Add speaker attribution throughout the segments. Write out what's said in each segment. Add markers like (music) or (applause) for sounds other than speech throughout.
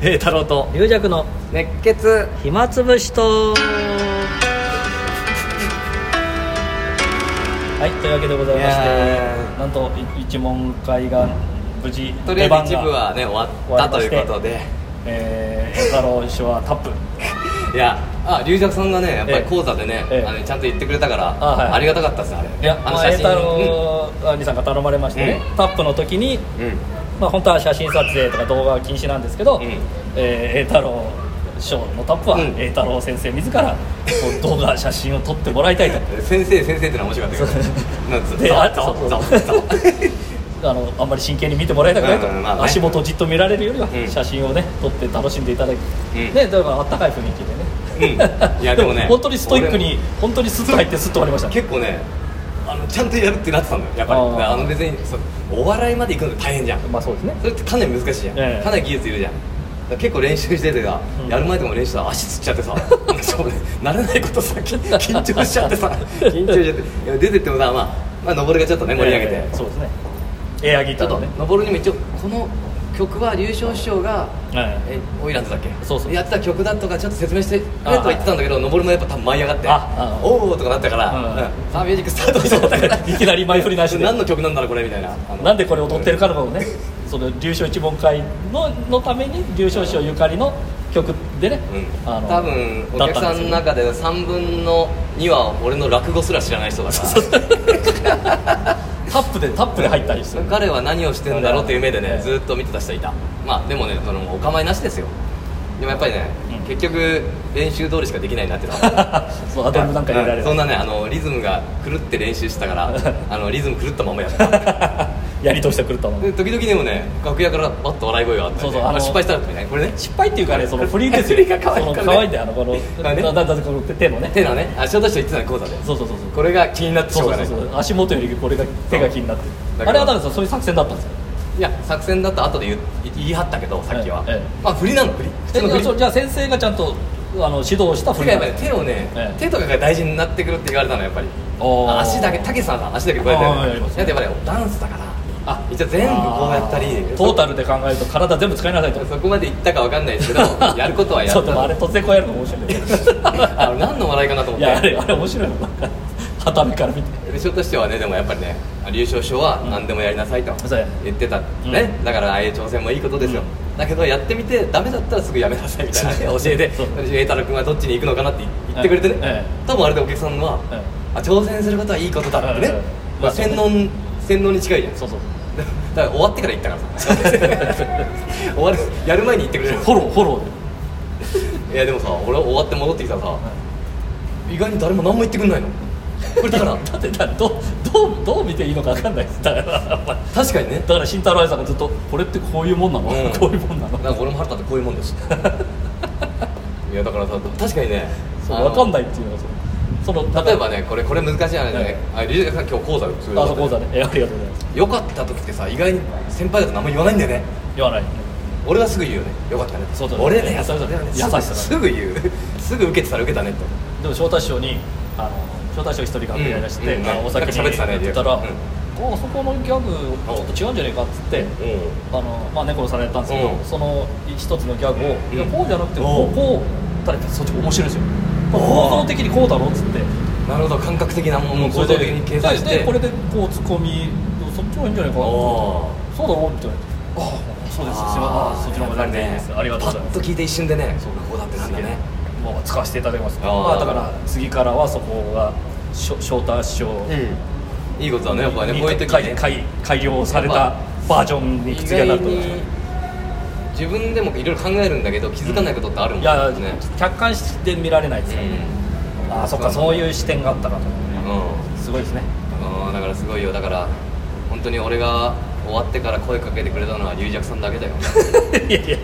Speaker 1: 平太郎と
Speaker 2: 龍弱の
Speaker 3: 熱血
Speaker 2: 暇つぶしと
Speaker 1: はいというわけでございまし
Speaker 3: い
Speaker 1: て
Speaker 3: や
Speaker 1: なんとい一問会が無事
Speaker 3: とりあえず一部
Speaker 1: が、
Speaker 3: はね終わったということで
Speaker 1: えー、平太郎氏はタップ
Speaker 3: いやあ龍尺さんがねやっぱ
Speaker 1: え
Speaker 3: り
Speaker 1: え
Speaker 3: 講座でね、
Speaker 1: ええ
Speaker 3: あのちゃんと言ってくれたから
Speaker 1: あ
Speaker 3: あ,、
Speaker 1: はい
Speaker 3: りがたかったですあれ
Speaker 1: いや
Speaker 3: あ
Speaker 1: ま
Speaker 3: の
Speaker 1: あ
Speaker 3: 写
Speaker 1: 平
Speaker 3: 真
Speaker 1: 太郎兄さんが頼まれましてね、タップの時に
Speaker 3: うん、うん
Speaker 1: まあ本当は写真撮影とか動画は禁止なんですけど、
Speaker 3: ん
Speaker 1: えー、栄太郎師匠のタップは
Speaker 3: うん
Speaker 1: 栄太郎先生自らこう動画写真を撮ってもらいたいと
Speaker 3: 先生先生ってのは面白かったけどなんつう
Speaker 1: で
Speaker 3: ざ
Speaker 1: あ
Speaker 3: ざ
Speaker 1: そう
Speaker 3: ざざ
Speaker 1: あのあんまり真剣に見てもらいたくないと、
Speaker 3: うんまあね
Speaker 1: 足元をじっと見られるよりは
Speaker 3: うん
Speaker 1: 写真をね撮って楽しんでいただき、
Speaker 3: うん
Speaker 1: ねだからあったかい雰囲気でね、
Speaker 3: うんいやでも
Speaker 1: (laughs)
Speaker 3: ね
Speaker 1: 本当にストイックに本当にスッと入ってスッと終わりました
Speaker 3: 結構ねあのちゃんとやるってなってたんだよやっぱり
Speaker 1: あー
Speaker 3: あの別にそうお笑いまで行くの大変じゃん
Speaker 1: まあそうですね
Speaker 3: それってかなり難しいじゃん、
Speaker 1: ええ
Speaker 3: かなり技術いるじゃんだから結構練習しててさ、
Speaker 1: うん
Speaker 3: やる前とかも練習したら足つっちゃってさそう慣れないことさ緊緊張しちゃっ
Speaker 1: (laughs)
Speaker 3: てさ緊張しちゃっていや出てってもさまあ、まあ、登りがちょっとね盛り上げて、
Speaker 1: えーそうですねエアギ
Speaker 3: ち
Speaker 1: タ
Speaker 3: ょっ
Speaker 1: ー
Speaker 3: と
Speaker 1: のね
Speaker 3: 登るにも一応この曲は龍翔師匠が
Speaker 1: はい
Speaker 3: えオイランズだっけ
Speaker 1: そうそう
Speaker 3: やってた曲だとかちょっと説明してくれとは言ってたんだけど登るもやっぱ多分舞い上がって
Speaker 1: ああ
Speaker 3: おおとかなったから、
Speaker 1: うん
Speaker 3: うんさあミュージックスタートそうだから
Speaker 1: (laughs) いきなり前振りなしで
Speaker 3: (laughs) 何の曲なんだろうこれみたいなあの
Speaker 1: なんでこれを踊ってるかのかをね、その流暢一問会ののために流暢師匠ゆかりの曲でね、
Speaker 3: うん
Speaker 1: あの
Speaker 3: 多分お客さんの
Speaker 1: だった
Speaker 3: 中で3分の2は俺の落語すら知らない人だから
Speaker 1: んですけどタップでタップで入ったりする、
Speaker 3: 彼は何をしてんだろうっていう目で
Speaker 1: え
Speaker 3: ね
Speaker 1: え
Speaker 3: ずっと見てた人いたまあでもねそのお構いなしですよでもやっぱりね、
Speaker 1: うん
Speaker 3: 結局練習通りしかできないなっての
Speaker 1: (laughs)
Speaker 3: は
Speaker 1: そうアドリブなんか入れられる、
Speaker 3: そんなねあのリズムが狂って練習してたから
Speaker 1: (laughs)
Speaker 3: あのリズム狂ったままやった
Speaker 1: やり通してくると思う
Speaker 3: で時々でもね楽屋からバッと笑い声があって、ね、
Speaker 1: そうそうあの
Speaker 3: あの失敗したらみたいなこれね
Speaker 1: 失敗っていうかねその振りですよ
Speaker 3: (laughs) 振りが可愛い
Speaker 1: そ
Speaker 3: から
Speaker 1: の
Speaker 3: ね
Speaker 1: 可愛いんだよあのこの
Speaker 3: まあね
Speaker 1: だだだこの手のね
Speaker 3: 手のねあ翔太師匠言ってたの講座で
Speaker 1: そうそうそうそう
Speaker 3: これが気になってし
Speaker 1: そ
Speaker 3: ょう
Speaker 1: う
Speaker 3: が
Speaker 1: そ
Speaker 3: な
Speaker 1: う
Speaker 3: い
Speaker 1: そう足元よりこれが手が気になってる
Speaker 3: だから
Speaker 1: あれはだからそういう作戦だったんですよ
Speaker 3: いや作戦だった後で言う言い張ったけどさっきは、
Speaker 1: ええええ
Speaker 3: まあ振りなの振り普
Speaker 1: え
Speaker 3: 通の振り
Speaker 1: そうじゃあ先生がちゃんとあの指導した振
Speaker 3: て
Speaker 1: り
Speaker 3: か
Speaker 1: な
Speaker 3: や
Speaker 1: ん
Speaker 3: っぱ
Speaker 1: だ
Speaker 3: り手をね、
Speaker 1: ええ
Speaker 3: 手とかが大事になってくるって言われたのやっぱり
Speaker 1: おー
Speaker 3: 足だけたけしさんが足だけこうやって
Speaker 1: あーや
Speaker 3: やる
Speaker 1: り
Speaker 3: だ
Speaker 1: ま
Speaker 3: っ
Speaker 1: す
Speaker 3: て
Speaker 1: ね
Speaker 3: やっぱりダンスだから
Speaker 1: あ
Speaker 3: 一応全部こうやったり
Speaker 1: あートータルで考えると体全部使いなさいと
Speaker 3: そこまでいったかわかんないですけど
Speaker 1: (laughs)
Speaker 3: やることはや
Speaker 1: ちょ
Speaker 3: っ
Speaker 1: っと
Speaker 3: た
Speaker 1: あれ突然こうやるの面白いんだ
Speaker 3: あの何の笑いかなと
Speaker 1: けど
Speaker 3: 思
Speaker 1: い
Speaker 3: っ
Speaker 1: やあれ
Speaker 3: て
Speaker 1: あれ面白いのはためから見て
Speaker 3: で師匠としてはねでもやっぱりね優勝賞は何でもやりなさいと
Speaker 1: そうや
Speaker 3: 言ってた、
Speaker 1: うん
Speaker 3: ねだからああいう挑戦もいいことですよ、だけどやってみてダメだったらすぐやめなさいみたいなね教えて
Speaker 1: そう
Speaker 3: 栄太郎君はどっちに行くのかなって言ってくれてね、
Speaker 1: え
Speaker 3: 多分あれでお客さんは、
Speaker 1: え
Speaker 3: あ挑戦することはいいことだってね、
Speaker 1: ええ
Speaker 3: まあ、洗脳洗脳に近いじゃん
Speaker 1: (laughs) そうそう
Speaker 3: だから終わってから行ったからさ
Speaker 1: (laughs)
Speaker 3: 終わるやる前に行ってくれる
Speaker 1: フォローフォローで
Speaker 3: いやでもさ俺終わって戻ってきたらさ、意外に誰も何も言ってくんないのこれだから
Speaker 1: だってだどどうどう見ていいのか分かんないですだからやっぱり
Speaker 3: 確かにね
Speaker 1: だから慎太郎愛さんがずっとこれってこういうもんなの、
Speaker 3: うん
Speaker 1: こういうもんなの
Speaker 3: なんか俺も腹立ってこういうもんです (laughs) いやだからさ確かにね
Speaker 1: そう分かんないいっていうのがそのその
Speaker 3: 例えばねこれこれ難しい話ね、あ龍角さん今日講座する
Speaker 1: あそこだねえありがとうございます
Speaker 3: よかった時ってさ意外に先輩だと何も言わないんだよね
Speaker 1: 言わない
Speaker 3: 俺はすぐ言うよねよかったね
Speaker 1: そうだね
Speaker 3: 俺ね優し
Speaker 1: そうだね優しさ
Speaker 3: さ
Speaker 1: だね
Speaker 3: すぐ言うすぐ受けてたら受けたねって
Speaker 1: でも翔太師匠にあの翔太師匠一人楽屋に出して、
Speaker 3: うんうん
Speaker 1: あのお酒に
Speaker 3: なんか喋ってたね
Speaker 1: 言ったら、
Speaker 3: うん
Speaker 1: あそこのギャグちょっと違うんじゃねえかっつって、あのまあ、猫されたんですけど、
Speaker 3: うん
Speaker 1: その一つのギャグを、いや
Speaker 3: うん
Speaker 1: こうじゃなくて
Speaker 3: お
Speaker 1: こ
Speaker 3: う
Speaker 1: うこうだってそっち面白いですよ
Speaker 3: おう
Speaker 1: 構造的にこうだろっつって
Speaker 3: なるほど感覚的なものを構
Speaker 1: そ
Speaker 3: 造
Speaker 1: れ
Speaker 3: 的
Speaker 1: で
Speaker 3: に計算して
Speaker 1: でこれでこうツッコミそっちの方がいいんじゃないかな
Speaker 3: おー
Speaker 1: そうだろみたいなああそうですすいませんあそっちの方が大事です、ありがとうございます
Speaker 3: パッと聞いて一瞬でね
Speaker 1: そう
Speaker 3: こうだってなんだね
Speaker 1: もう使わせていただきます
Speaker 3: あー
Speaker 1: まあ、だから次からはそこがしょ翔太師匠
Speaker 3: いいことだねやっぱね
Speaker 1: に
Speaker 3: こういう時ね
Speaker 1: 改改改良されたバージョンに
Speaker 3: 意
Speaker 1: 行き着け
Speaker 3: 外
Speaker 1: たなと思いま
Speaker 3: に自分でもいろいろ考えるんだけど気づかないことってあるもん
Speaker 1: いや、
Speaker 3: ね
Speaker 1: 客観視で見られないですからね、ああそっかそういう視点があったかと
Speaker 3: うん
Speaker 1: すごいですね
Speaker 3: うんだからすごいよだから本当に俺が終わってから声かけてくれたのは龍尺さんだけだよ
Speaker 1: (laughs) いやいや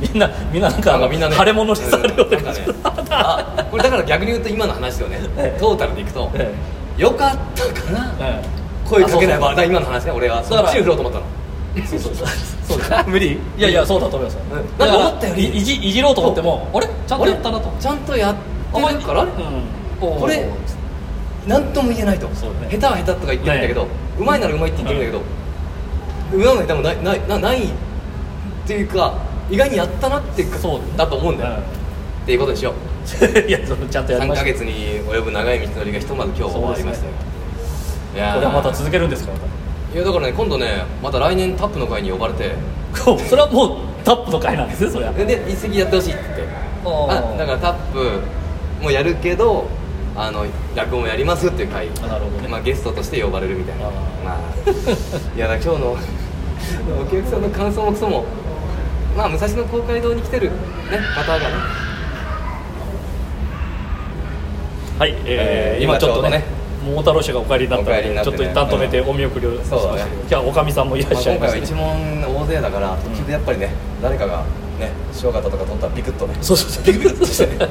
Speaker 1: みんなみんななんか腫れ物してた
Speaker 3: うん
Speaker 1: るよね,、
Speaker 3: なんかねあこれだから逆に言うと今の話をね
Speaker 1: ええ
Speaker 3: トータルでいくと
Speaker 1: (laughs) え
Speaker 3: よかったかな
Speaker 1: え
Speaker 3: 声かけない場
Speaker 1: あ
Speaker 3: 合だ今の話ね俺は
Speaker 1: だか
Speaker 3: そ
Speaker 1: ら
Speaker 3: っちに振ろうと思ったの
Speaker 1: そうそうそうそうです
Speaker 3: (laughs) 無理
Speaker 1: いやいやそうだと思いますよ
Speaker 3: んなん
Speaker 1: だ
Speaker 3: か
Speaker 1: ら
Speaker 3: 思ったより
Speaker 1: いいじいじろうと思ってもあれちゃんとやったなと
Speaker 3: ちゃんとやってるから、
Speaker 1: うん、おー
Speaker 3: これ何とも言えないと、
Speaker 1: そうだね
Speaker 3: 下手は下手とか言ってるんだけど、
Speaker 1: ね
Speaker 3: うまいならうまいって言ってるんだけど、うまいも下手もないないなないっていうか意外にやったなっていうか
Speaker 1: そう
Speaker 3: だと思うんだよ、っていうことでしょう
Speaker 1: (laughs) いやそのちゃんとやり
Speaker 3: 3
Speaker 1: ま
Speaker 3: ヶ
Speaker 1: した
Speaker 3: 月に及ぶ長い道のりがひとまず今日終わりましたよ、いやー
Speaker 1: これはまた続けるんですかまた
Speaker 3: いやだからね今度ねまた来年タップの会に呼ばれて
Speaker 1: こうそれはもうタップの回なんですねそりゃ
Speaker 3: で一席やってほしいって言って
Speaker 1: おー
Speaker 3: あだからタップもやるけどあの落語もやりますっていう会
Speaker 1: あなるほどね
Speaker 3: まあ、ゲストとして呼ばれるみたいな
Speaker 1: あー
Speaker 3: まあいやだから今日の (laughs) お客さんの感想もクソもまあ武蔵野公会堂に来てるね方がね
Speaker 1: はい、えー
Speaker 3: えー
Speaker 1: 今ちょっとね
Speaker 3: 今ち
Speaker 1: 桃太郎氏がお帰りになったの
Speaker 3: お帰り
Speaker 1: で、
Speaker 3: になっ
Speaker 1: ち
Speaker 3: て
Speaker 1: ょっ
Speaker 3: ね
Speaker 1: と一旦止めてお見送りをしま
Speaker 3: そう
Speaker 1: し
Speaker 3: だ
Speaker 1: た
Speaker 3: ね
Speaker 1: 今日おかみさんもいらっ
Speaker 3: まあ
Speaker 1: しゃい
Speaker 3: 今
Speaker 1: まし
Speaker 3: 回は
Speaker 1: た、
Speaker 3: 一問大勢だから途中でやっぱりね、誰かがね塩方とか取ったらビクッとね
Speaker 1: そうそうそう
Speaker 3: ビクッとしてね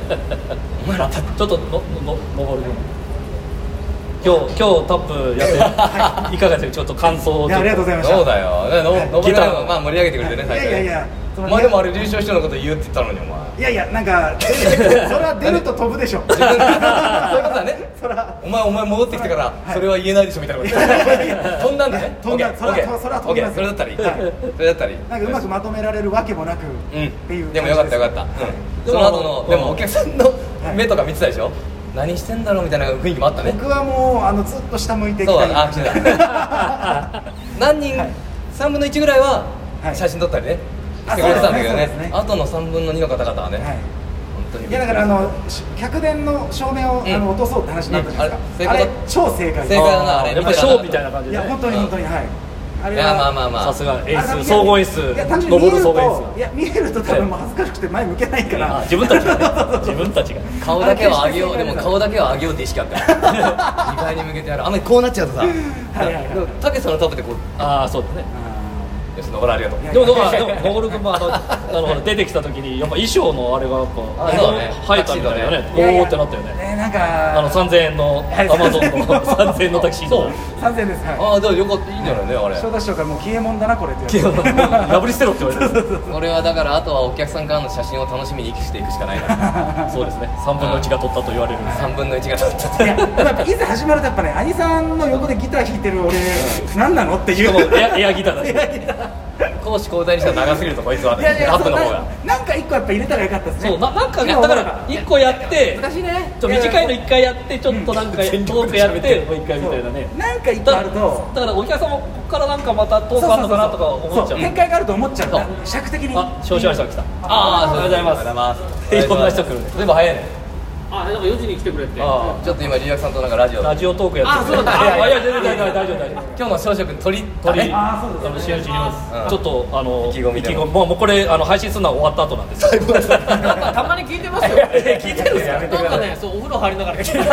Speaker 3: お前らタップ
Speaker 1: ちょっとののの登る分今日今日タップやって、い、かがですかちょっと感想を
Speaker 2: いやありがとうございました
Speaker 3: そうだよねの登り
Speaker 1: ギター
Speaker 3: はまあ盛り上げてくれてね
Speaker 2: い
Speaker 3: 最
Speaker 2: や
Speaker 3: 初
Speaker 2: いやいやその
Speaker 3: お前でもあれ優勝師匠のこと言うって言ったのにお前
Speaker 2: いやいやなんかそれは出ると飛ぶでしょ
Speaker 3: 自分でそう
Speaker 2: (laughs)
Speaker 3: いうことだね
Speaker 2: そら
Speaker 3: お前お前戻ってきてから
Speaker 2: はい
Speaker 3: それは言えないでしょみたいなこ
Speaker 2: (laughs)
Speaker 3: と飛んだんだね
Speaker 2: 飛んだ
Speaker 3: OK
Speaker 2: それは
Speaker 3: OK
Speaker 2: それは飛びます
Speaker 3: OK それだったらいい
Speaker 2: はい
Speaker 3: それだったらいい
Speaker 2: なんかうまくまとめられるわけもなくっていううん
Speaker 3: でもよかったよかったうんその後の
Speaker 1: で
Speaker 3: で
Speaker 1: も
Speaker 3: もお客さんの
Speaker 2: い
Speaker 3: 目とか見てたでしょ何してんだろうみたいな雰囲気もあったね
Speaker 2: 僕はもうあのずっと下向いてき
Speaker 3: そう
Speaker 2: た
Speaker 3: だ
Speaker 2: り
Speaker 3: ね
Speaker 2: (laughs)
Speaker 3: あ来てた何人
Speaker 2: はい
Speaker 3: 3分の1ぐらいは
Speaker 2: はい
Speaker 3: 写真撮ったりね
Speaker 2: あ
Speaker 3: してくれてたんだけど
Speaker 2: そうですねそうで
Speaker 3: ね
Speaker 2: すね
Speaker 3: あとの3分の2の方々はね本
Speaker 2: はい
Speaker 3: 当に
Speaker 2: いやだからあのし客電の照明を、
Speaker 3: うん
Speaker 2: あの落とそうって話になったじゃないで
Speaker 3: う
Speaker 2: すか、
Speaker 3: んあ
Speaker 2: あ
Speaker 3: れ
Speaker 2: れ
Speaker 3: そういうこと
Speaker 2: 超正解
Speaker 3: 正解だなあれ
Speaker 1: やっぱショーみたいな感じ
Speaker 2: い
Speaker 1: で、
Speaker 2: や
Speaker 1: ね
Speaker 2: 本、当に
Speaker 3: うん
Speaker 2: 本当に、はいあ
Speaker 3: い
Speaker 2: れは
Speaker 3: やまあまあまあ
Speaker 1: さすが演
Speaker 2: あれ
Speaker 1: 出
Speaker 2: はいや
Speaker 1: 総合演出
Speaker 2: いや単純に
Speaker 1: 登
Speaker 2: 見え
Speaker 1: る
Speaker 2: る
Speaker 1: 総合
Speaker 2: と
Speaker 1: 演
Speaker 2: いや見えると多分もう恥ずかしくて前向けないか
Speaker 1: 出
Speaker 2: ら
Speaker 1: 自分たちがね自分たちが
Speaker 3: 顔だけは上げようでも顔だけは上げようって意識あった2階に向けてやるあんまりこうなっちゃうとさ
Speaker 2: はいはいはい
Speaker 3: でもたけしさんの食べてこう
Speaker 1: ああそうだね
Speaker 2: あ
Speaker 3: よし登らありがとう
Speaker 2: いや
Speaker 1: でもだからでも登る君もあのあのほら出てきた時にやっぱ衣装のあれがやっぱ
Speaker 3: あそうだね
Speaker 1: 生えたみたいなね
Speaker 2: ー
Speaker 1: お
Speaker 2: いやいや
Speaker 1: おーってなったよね
Speaker 2: なんか
Speaker 1: あの3000円の
Speaker 2: は
Speaker 1: ア
Speaker 2: い
Speaker 1: マゾンの
Speaker 2: (laughs)
Speaker 1: 3000円のタクシーの
Speaker 2: 参戦ですは
Speaker 3: ああでもよかったいいんじゃないねあ
Speaker 2: い
Speaker 3: れ
Speaker 2: 正太師匠からもう消えもんだなこれって
Speaker 1: い
Speaker 2: 言
Speaker 1: や
Speaker 2: われて
Speaker 1: ラブリ捨てろって言われてる
Speaker 3: これはだからあとはお客さんからの写真を楽しみに生きていくしかない
Speaker 2: (laughs)
Speaker 3: な
Speaker 1: そうですね3分の1が取ったと言われる
Speaker 3: 3分の1が取っちゃっ
Speaker 2: いやでもやっぱいざ始まるとやっぱね兄さんの横でギター弾いてる俺何なのってい
Speaker 1: で
Speaker 2: う
Speaker 1: もエアエアギターだ
Speaker 2: (laughs)
Speaker 1: し
Speaker 3: た講師交代にしたら長すぎるとこいつはねタップの方が
Speaker 2: そうななんか一個やっぱ入れたらよかったですね
Speaker 1: そうななんかね
Speaker 2: 今
Speaker 1: だ
Speaker 2: 思
Speaker 1: か
Speaker 2: えば
Speaker 1: ら1個やって
Speaker 2: 難しいね
Speaker 1: ちょっと短いの
Speaker 2: や
Speaker 1: 1回やってちょっとなんか
Speaker 3: うん
Speaker 1: 遠くやってもう1回みたいなね
Speaker 2: そうなんか一個
Speaker 1: だ
Speaker 2: あると
Speaker 1: だからお客様ここからなんかまた遠くあるのかなとか思っちゃう
Speaker 2: 展開があると思っちゃうんだ
Speaker 1: そ
Speaker 2: 尺的に
Speaker 1: あ少々ありさん来た
Speaker 3: ああ
Speaker 1: おはようございます
Speaker 3: おはよ
Speaker 1: いう
Speaker 3: ご
Speaker 1: ろんない
Speaker 3: ざます
Speaker 1: 人来るね
Speaker 3: そういえば早いね
Speaker 4: あ、なんか4時に来てくれって。
Speaker 3: ああちょっと今リアクさんとなんかラジオ
Speaker 1: ラ
Speaker 3: 今
Speaker 1: ジオトークやってる
Speaker 4: あそうだった
Speaker 1: あいやいやいやいや大丈夫大丈夫
Speaker 3: 日の少々君鳥
Speaker 1: 鳥
Speaker 3: 鳥
Speaker 2: あーそうです
Speaker 1: あの試合中に
Speaker 3: うん
Speaker 1: ちょっとあの
Speaker 3: 意気込みでも
Speaker 1: もうもうこれあの配信するのは終わった後なんですけど
Speaker 4: なんかたまに聞いてますよ。聞いてるんです
Speaker 3: か
Speaker 4: なんかね、そうお風呂入りながら聞いて
Speaker 3: (laughs)
Speaker 4: (laughs)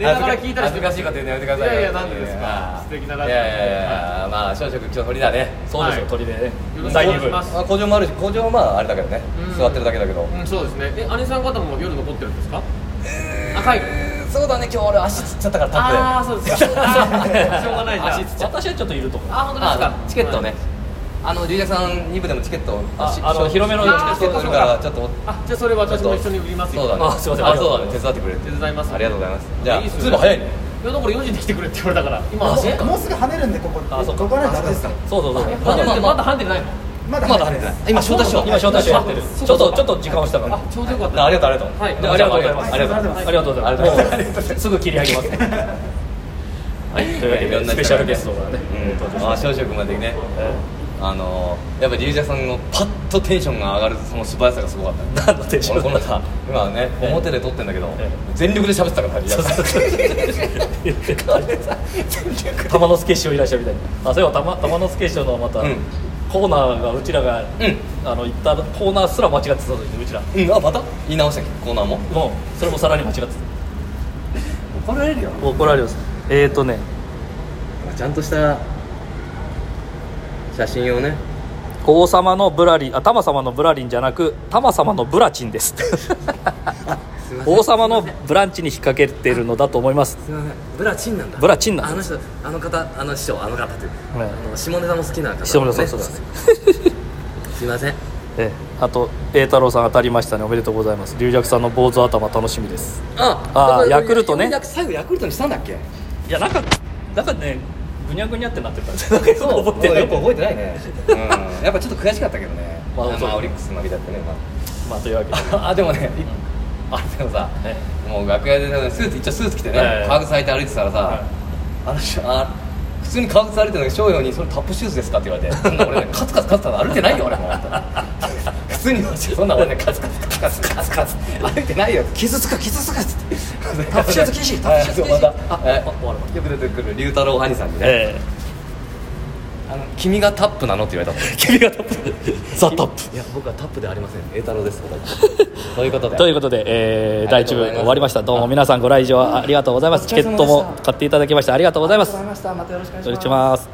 Speaker 4: ます。寝ながら聞いたり
Speaker 3: 恥ずかしいこと言うのやめてくださいよ
Speaker 4: いやいやなんでですか素敵なラジオ
Speaker 3: いやいやいやまあ少々君今日鳥だね
Speaker 1: そうですよ
Speaker 4: はい
Speaker 1: 鳥でね
Speaker 4: よろしくお
Speaker 1: 第
Speaker 4: 願
Speaker 1: 二
Speaker 4: いし
Speaker 1: 部
Speaker 4: ます
Speaker 3: まあ、工場もあるし工場はまああれだけどね、
Speaker 4: うん
Speaker 3: 座ってるだけだけど、
Speaker 4: うん、そうですね。え、姉さん方も夜残ってるんですか？赤い。
Speaker 3: そうだね今日俺足つっちゃったからタップで
Speaker 4: ああ、
Speaker 3: あ
Speaker 4: そう
Speaker 3: (laughs)
Speaker 4: ですか。あーしょうがないじ
Speaker 1: (laughs)
Speaker 4: ゃん。
Speaker 3: 足つっちゃった
Speaker 1: 私はちょっといると思う
Speaker 4: あ、本当ですか。
Speaker 3: チケットね、あの龍也さん2部でもチケットを
Speaker 1: あ
Speaker 3: し
Speaker 1: あの
Speaker 3: し
Speaker 1: 広めの
Speaker 4: あー
Speaker 3: チケットするからちょっと
Speaker 4: はい。あ、じゃあそれ私も一緒に売りますよ。
Speaker 3: そうだね
Speaker 1: あすいませんあ
Speaker 3: あ
Speaker 1: りがとう
Speaker 3: そ
Speaker 1: ご
Speaker 3: う
Speaker 1: ざいます
Speaker 3: だね手伝ってくれて
Speaker 4: 手伝います
Speaker 3: ありがとうございますじゃあ
Speaker 4: いいっすよ
Speaker 3: ずいぶん早いね
Speaker 4: いやだから4時に来てくれって言われたから。今
Speaker 3: あそっ
Speaker 4: え
Speaker 3: か
Speaker 2: もうすぐ跳ねるんでここ
Speaker 1: あそうか
Speaker 2: ここなんてですか
Speaker 1: そうそうそう
Speaker 4: 跳ねるって
Speaker 3: まあま
Speaker 4: まだ跳ねてないの？
Speaker 2: まだ
Speaker 3: まだ跳ねてない今招待しよう
Speaker 1: 今招待しやってる
Speaker 4: あ
Speaker 1: ちょっとちょっと時間をしたから
Speaker 4: あ、ちょうどよかった。
Speaker 3: あありがとうありがとう、
Speaker 4: はい
Speaker 1: ありがとうございます
Speaker 3: ありがとうござ
Speaker 1: あり
Speaker 3: います
Speaker 1: がとうござい
Speaker 3: ありがとうござい
Speaker 1: ま
Speaker 3: ま
Speaker 1: もう
Speaker 3: す
Speaker 1: すぐ切り上げ
Speaker 3: (laughs)
Speaker 1: ますはいというわけ
Speaker 3: いろん
Speaker 1: で
Speaker 3: な人がね
Speaker 1: スペシャルゲストがね
Speaker 3: うん、ああ少々君までねあのー、やっぱ龍也さんのパッとテンションが上がるその素早さがすごかった
Speaker 1: 何のテンショ
Speaker 3: 俺この
Speaker 1: ン
Speaker 3: さ今ね表で撮ってんだけど
Speaker 1: え
Speaker 3: 全力で喋ってたからリアル
Speaker 1: (laughs) 玉之助師匠いらっしゃるみたいなあそういえば玉玉之助師匠のまた
Speaker 3: うん
Speaker 1: コーナーがうちらが
Speaker 3: う
Speaker 1: あの行ったコーナーすら間違ってたのにうちら
Speaker 3: うんあまた言い直したっけコーナーも
Speaker 1: もうそれもさらに間違って
Speaker 3: 怒られるよ
Speaker 1: た怒られますえっとね
Speaker 3: ちゃんとした写真をね
Speaker 1: 王様のブラリンあ玉様のブラリンじゃなく玉様のブラチンです
Speaker 3: すいません
Speaker 1: 王様のブランチに引っ掛けてるのだと思います
Speaker 3: すいませんブラチンなんだ
Speaker 1: ブラチンなん
Speaker 3: あ
Speaker 1: で
Speaker 3: の人あの方あの師匠あの方っていう
Speaker 1: す、はい
Speaker 3: あの下ネタも好きな方、ね、
Speaker 1: 下村さんそうです
Speaker 3: す (laughs) すいません
Speaker 1: ええあと栄太郎さん当たりましたねおめでとうございます龍尺さんの坊主頭楽しみです
Speaker 3: あ
Speaker 1: あーヤクルトね
Speaker 3: ようやく最後ヤクルトにしたんだっけ
Speaker 1: いやなんかなんかねぐにゃぐにゃってなってたんでなんかよく
Speaker 3: も
Speaker 1: 覚えてない
Speaker 3: (laughs) よく覚えてないね、うん、やっぱちょっと悔しかったけどね
Speaker 1: まあ
Speaker 3: まあ、
Speaker 1: そう
Speaker 3: オリックス負けちゃってね、
Speaker 1: ま
Speaker 3: ま
Speaker 1: あというわけで
Speaker 3: あ、あでもね、 (laughs) あでもさ、
Speaker 1: え
Speaker 3: もう楽屋でねスーツ一応スーツ着てね、
Speaker 1: ええ
Speaker 3: 革靴履いて歩いてたらさ、
Speaker 1: はい
Speaker 3: あの人あ普通に革靴歩いてるのに翔陽に「それタップシューズですか?」って言われて「そん (laughs) な俺ねカツカツカツカツ歩いてないよ俺も」 (laughs) 普通に「そんな俺ねカツカツカツカツカツカツ歩いてないよ」傷つく傷つく」っつって (laughs) 「タップシューズ禁止タップシューズ禁止」また、えーよく出てくる龍太郎兄さんにね、
Speaker 1: ええ
Speaker 3: あの「君がタップなの?」って言われたの (laughs)
Speaker 1: 君がトップザトップ
Speaker 3: いや僕はタップではありません栄太郎です (laughs) ということで
Speaker 1: ということで、えー
Speaker 3: あ
Speaker 1: 第
Speaker 3: りがと
Speaker 1: 1
Speaker 3: う
Speaker 1: 部
Speaker 3: ござ
Speaker 1: 終わり
Speaker 3: います
Speaker 1: ましたどうも皆さんご来場ありがとうございますチケットも買っていただきましたありがとうございます
Speaker 3: またよろしくお願い
Speaker 1: 失礼します